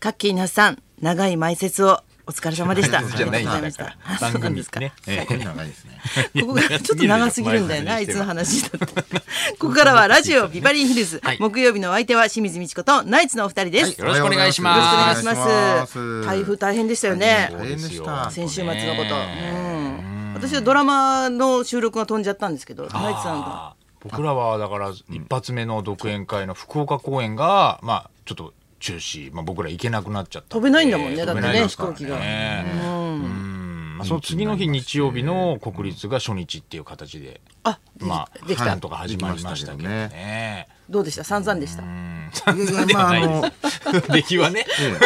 カッキーなさん長い埋設をお疲れ様でした。ありがとじゃうないんごだざいかまらした。あ番そうなん組ですか。ねはいえこれ長いですね。ここがちょっと長すぎるんだよな、あいつの話だと。ここからはラジオビバリーヒルズ、はい木曜日のお相手は清水美智子とナイツのお二人です。よろしくお願いしまよすろしくお願いしおまお願いしますす。台風大変でしたよね。大変でした。先週末のこと。ねうん。私はドラマの収録が飛んじゃったんですけど、ナイツさんが。あー僕らはだから一発目の独演会の福岡公演が、まあちょっと中止、まあ、僕ら行けなくなっちゃった飛べないんだもんねえーだってね飛べないですから飛行機がうんまあ、その次の日日曜日の国立が初日っていう形で、あ、でまあ、できなたん。とか始まりましたけどね。どうでした散々でした。いやいや、まあ、あ の、 出来はね。え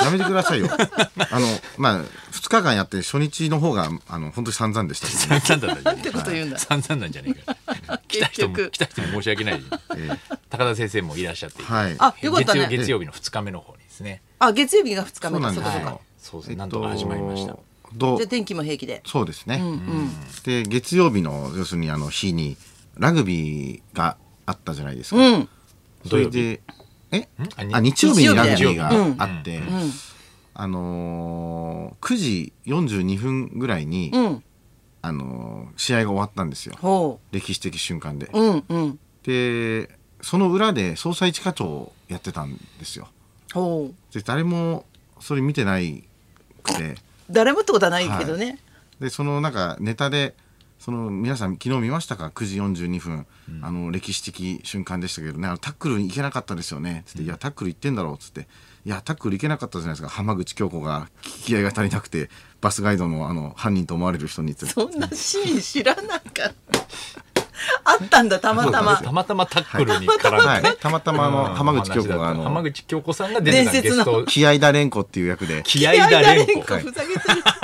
えやめてくださいよ。 あの、まあ、二日間やって、初日の方が、あの、本当に散々でしたけどね。散々なんってこと言うんだ散々なんじゃねえか。来た結人も、局来。た人も申し訳ない。 高田先生もいらっしゃっていて。はい。あ、よかった月曜、ね。月曜日の二日目の方にですね。あ、月曜日が2日そ目うか。なんでそすうかはそうかいそうですよ。えね。っなんとか始まりました。。どうじゃあ天気も平気で。そうですね。うん。で、月曜日の、要するに、あの、日に、ラグビーがあったじゃないですか。うん。それで、えんああ日曜日にラグビーが日曜日だあって、あのー、9時42分ぐらいに、うん。あのー試合が終わったんですよほ歴史的瞬間で、う。うんうん。でその裏で捜査一課長をやってたんですよほう。で誰もそれ見てないくて誰もってことはないけどね。でそのなんかネタでその皆さん昨日見ましたか9時42分、あの歴史的瞬間でしたけどねあのタックルに行けなかったですよねつって「いやタックル行ってんだろう」つって「いやタックル行けなかったじゃないですか浜口京子が聞き合いが足りなくてバスガイドのあの犯人と思われる人に」つってそんなシーン知らなかった。あったんだ、たまたま。たまたまタックルに絡はんでいね、。たまたまあのうん浜口京子があ浜の口京子さんが出てた伝ゲ説のス ト、気合だ連呼っていう役で気合いやいだや連連呼呼。ふざけてる。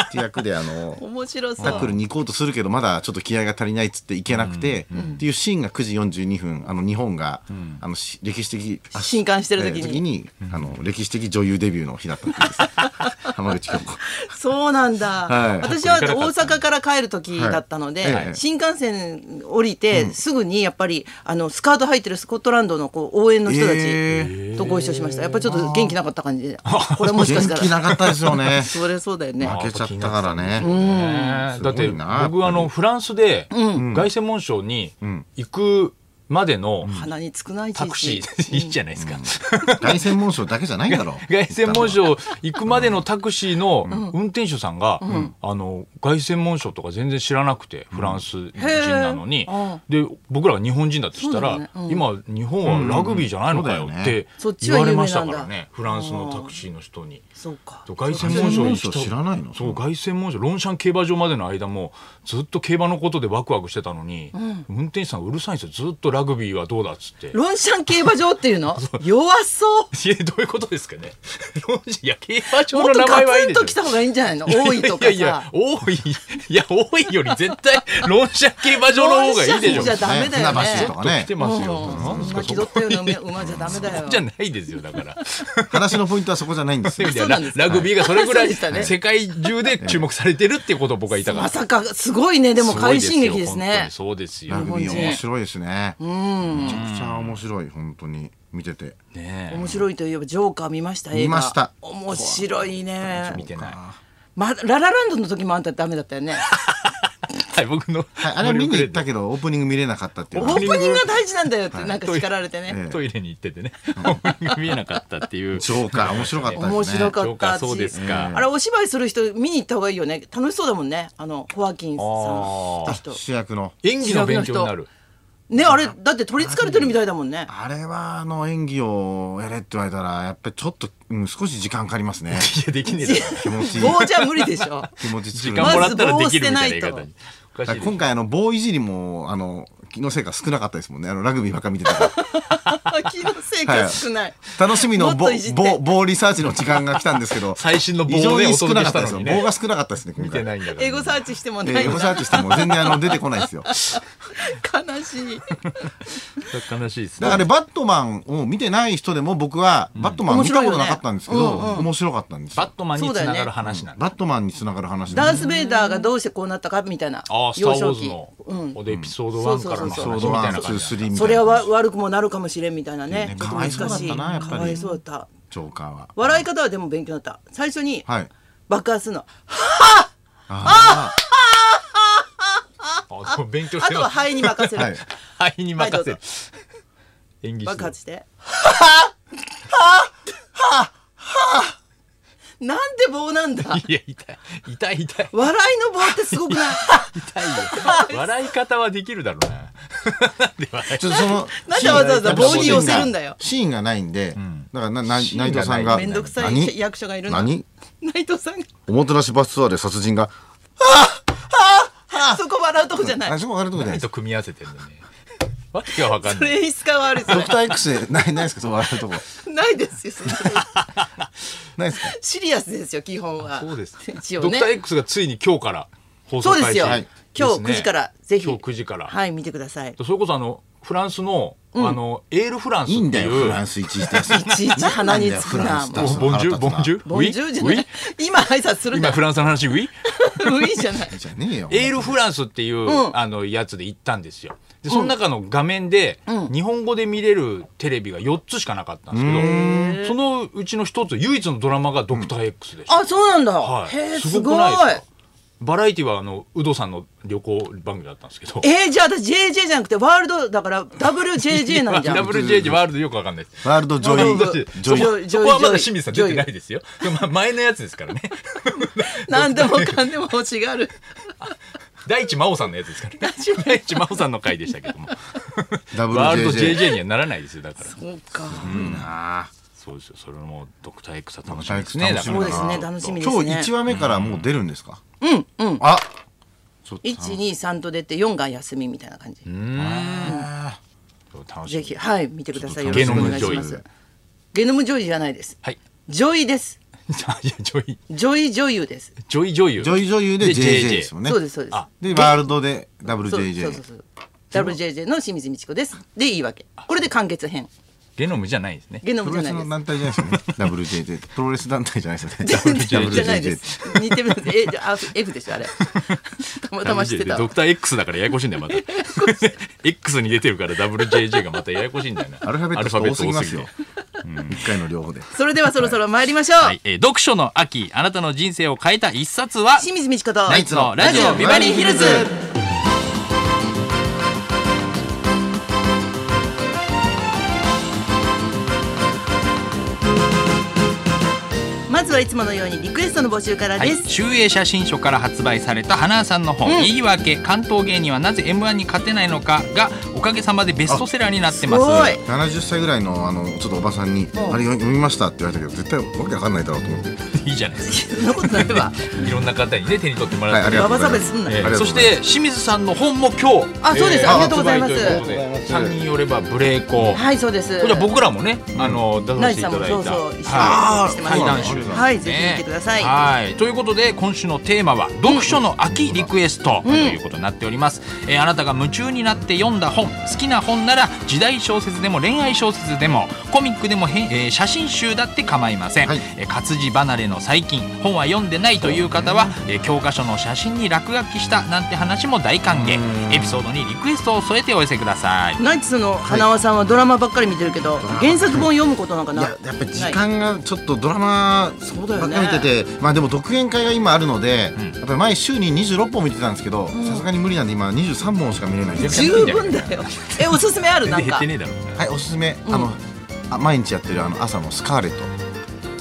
って役であ の面白そう。タックルに行こうとするけどまだちょっと気合が足りないっつって行けなくてっていうシーンが9時42分あの日本があのし歴 史的あ震撼してる時にえー時にあの歴史的女優デビューの日だったんです 浜口京子そうなんだ、はい私は大阪から帰る時だったので、はい新幹線降りてすぐにやっぱりあのスカート履いてるスコットランドのこう応援の人たえちとご一緒しました、やっぱりちょっと元気なかった感じでこれも元しかした気ならかったですよ ねそれそうだよね負けちゃったからねねすだごいなってやっぱり僕あのフランスで凱旋門賞に行くまでの鼻につくないタクシー いいじゃないですか。凱旋門賞だけじゃないだろ う凱旋門賞行くまでのタクシーの運転手さんが、あの凱旋門賞とか全然知らなくて、フランス人なのにへーあで僕らが日本人だとしたそら、うだよねうん今日本はラグビーじゃないのかようんっそうだよてねそっち言はわ有名れなんだましたからねフランスのタクシーの人に。そうか凱旋凱門旋賞門賞知らないのそう凱旋門賞ロンシャン競馬場までの間もずっと競馬のことでワクワクしてたのに、運転手さんうるさいんですよずっとラグビーはどうだっつって。ロンシャン競馬場っていうの弱そう いやどういうことですかね。 ロンシャンいや競馬場ものっと名ガ前はいツいンでしょと来た方がいいんじゃないの多いとかさいやいや、多い、 いや、多いより絶対、 ロンシャン競馬場の方がいいでしロょ。ンシャンじゃダメだよね船橋とかね来てますよ。うなんんでそんすかなそ気こ取ったような馬馬じゃダメだよじゃないですよ、だから。話のポイントはそこじゃないんですよみたういななんですかラグビーがそれぐらそういでしたね世界中で注目されてるっていうことを僕は言いたかまった。さかすごいねでも快進撃ですねすごいですよラ本当グにそうですよ。ビー面白いですねめうんちゃくちゃ面白い本当に見ててねえ面白いといえばジョーカー見ました映画見ました面白いね見てない。まララランドの時もあんたダメだったよねはい、僕の。はいあれは見に行ったけどオープニング見れなかったっていオうーのはプニングが大事なんだよってなんか叱られてえねえトイレに行って てね。見えなかったっていう。ジョーカー面白かったですね面白かジョっーカたーそうですかあれお芝居する人見に行った方がいいよね楽しそうだもんねあのホワキンさんあのー人主役の演技の勉強になる。ねあれだって取りつかれてるみたいだもんねあれはあの演技をやれって言われたらやっぱりちょっと、うん、少し時間かかりますねいや、できねえだろ。気持ち棒じゃ無理でしょ気持ち時作る間もらったらできるみたいな言いまず棒を捨て方ないに。おかしいですだからよ今回あの棒いじりもあの気のせいか少なかったですもんねあのラグビーばっか見てたから気のせいか少ない楽しみのもっ棒といじって棒棒リサーチの時間が来たんですけど最新の棒をね非常に少なかったですお届けしたのよ、にね棒が少なかったですね今見回てないんだから。英語サーチしてもえなーいエんゴサだーチしても全然あの出てこないですよ悲しい悲しいですね。だからねバットマンを見てない人でも僕はバットマン見たことなかったんですけど、面白いよねうんうん面白かったんですよバットマンに繋がる話なんだ。バットマンにつながる話ダース・ベイダーがどうしてこうなったかみたいなああ、スター・ウォーズうのん、おでエピソード1からのそう話エピソーみドたいな1、2、感じ。 3みたいな。それはわ悪くもなるかもしれんみたいなねねちょっと難しかわいそうだったなやっぱりかわいそうだったチョーカーは。笑い方はでも勉強になった最初にはい。爆発するの、ああでも勉強あしてとはます肺に任せる、 はい肺に任せるはいどう演技指導爆発してなんで棒なんだいや痛い痛 い痛い笑いの棒ってすごくない痛いよ笑い方はできるだろうななんで笑あ。ちょっとそのなんでわざわざ棒に寄せるんだよシーンがないんで、だからななシーンがない内藤さんがめんどくさい何役所がいるの何内藤さんおもてなしバスツアーで殺人ががそこ笑うとこじゃないあそこ分かるとこじゃないいとです。組み合わせてんだよねわけがわかんそないれ演出家は悪いですドクター X でないないですかそう笑うとこないですよそんなことないですか。シリアスですよ基本はそうです一応ドクねター X がついに今日から放送そう開始ですよ、はい今日で9時すねからぜひ今日9時からはい見てくださいそれこそあのフランスの、あのエールフランスっいいてんだよいうフランス一時出す。い ちいち鼻につくななんだもようフラボンンス出すのジュールボンジュールボンジュールじゃないウィ今挨拶する今なフランスの話ウィウィじゃないじゃねえよ。エールフランスっていう、うんあのやつで行ったんですよでその中の画面で、日本語で見れるテレビが4つしかなかったんですけどそのうちの1つ唯一のドラマが「ドクター X でした、あそうなんだ、はい、へえすごいすごくないですかバラエティはあのウドさんの旅行番組だったんですけどえー、じゃあ私 JJ じゃなくてワールドだから WJJ なんじゃん WJJ ワールドよくわかんないですワールドジョワールドイジョイジョイそこはまだ清水さん出てないですよ。まあ前のやつですからね。何でもかんでも欲しがる第一真央さんのやつですからね。第一真央さんの回でしたけども。ワールド WJJ。 JJ にはならないですよ、だから。そうかなあそうですよ、それもドクター X は楽楽ししみみでですすね。ねそうですね楽しみです今ね日一話目からもう出るんですか。うんうんあ。ちょっと楽しみ123と出て4が休みみたいな感じ、あ楽しぜみひはい見てくださいよろゲしノくおム願いジョしイますゲノムジョイじゃないですはい。ジョイですじゃあいやジョイ、ジョイ女優です、ジョイ女優。ージョイ女優でで JJ JJ ですもんね。そうですそうですあでワールドでそうそうそう WJJ そう WJJ の清水美智子ですでいいわけこれで完結編ゲノムじゃないですね。ゲノプムロじゃレなスいでのす団体じゃない ですよね WJJ プロレス団体じゃないですよね全然 WJJ じゃないです。似てるんです。え、じゃあ、F でしょ、あ れ。たまたま知ってた WJJ ド。クター X だからややこしいんだよ、また。X に出てるから WJJ がまたややこしいんだよな。アルファベットちょっと多すぎますアよルファベット多すぎて一回の両方でそれではそろそろ参りましょう。はい、えー読書の秋、あなたの人生を変えた一冊は、清水美智子と。ナイツのラジオビバリーヒルズ。まずはいつものようにリクエストの募集からはでい、す。集英写真書から発売された花さんの本「言い訳関東芸人はなぜ m 1に勝てないのか」がおかげさまでベストセラーになってますおい。 70歳ぐらいのあのちょっとおばさんに「んあれ読みました」って言われたけど絶対わけわかんないだろうと思っ ていいじゃないですかそんなことない わ。いろんな方にね手に取ってもらはいあって、りがとうございババ差ま別すすんなええありがとそうごしざいまてす清水さんの本も今日あそうですえーありがとうございます発売ということでありがとうございます3人寄れば無礼講はい、そうです。これは僕らもね、あの出さナイせツてさんもいただいそうた、そう、一緒にはやってい、ます対対談談集集ですねはい、ぜひ見てください。はいということで今週のテーマは「読書の秋リクエスト」ということになっております、えーあなたが夢中になって読んだ本好きな本なら時代小説でも恋愛小説でもコミックでもへん、えー写真集だって構いません、はいえー活字離れの最近本は読んでないという方は、えー教科書の写真に落書きしたなんて話も大歓迎エピソードにリクエストを添えてお寄せくださいナイツの花輪さんはドラマばっかり見てるけど、原作本読むことなんかいなややっぱり時間がちょっとドラマそうだばよっねか見てて、まあでも独演会が今あるので、んやっぱり前週に26本見てたんですけどさすがに無理なんで今23本しか見れないんで十分 だよ。え、おすすめあるなんか。えだろはいおすすめ、あのあ毎日やってるあの朝の「スカーレット」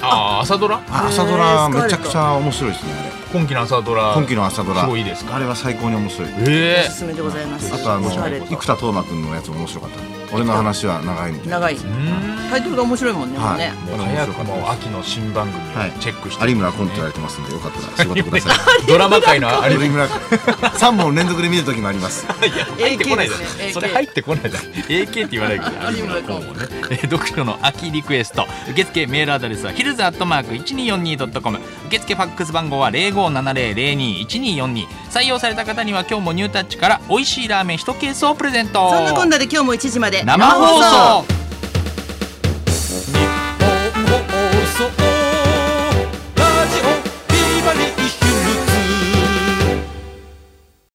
ああ朝ドラあ朝ドへーラスカーレットめちゃくちゃ面白いですねあれ今期の朝ドラ今期の朝ドラすごいいいですかあれは最高に面白いえおすすめでございます。あとあのおしゃれと生田斗真君のやつも面白かった俺の話は長いみたいな長い。えうんタイトルが面白いもんね。もうねはいもう面早白かくったも秋の新番組をチェックして、有村コントやれてますんでよかったら仕事 くだ さいドラマ界の有有村3本連続で見る時もあります入ってこないだ AK ろ、ですね AK それ入ってこないだろ AK って言わないけど有有村村ココンンボねえー読書の秋リクエスト受付メールアドレスはヒルズアットマーク 1242.com 受付ファックス番号は0570021242採用された方には今日もニュータッチから美味しいラーメン1ケースをプレゼントそんなこんなで今日も1時まで生放送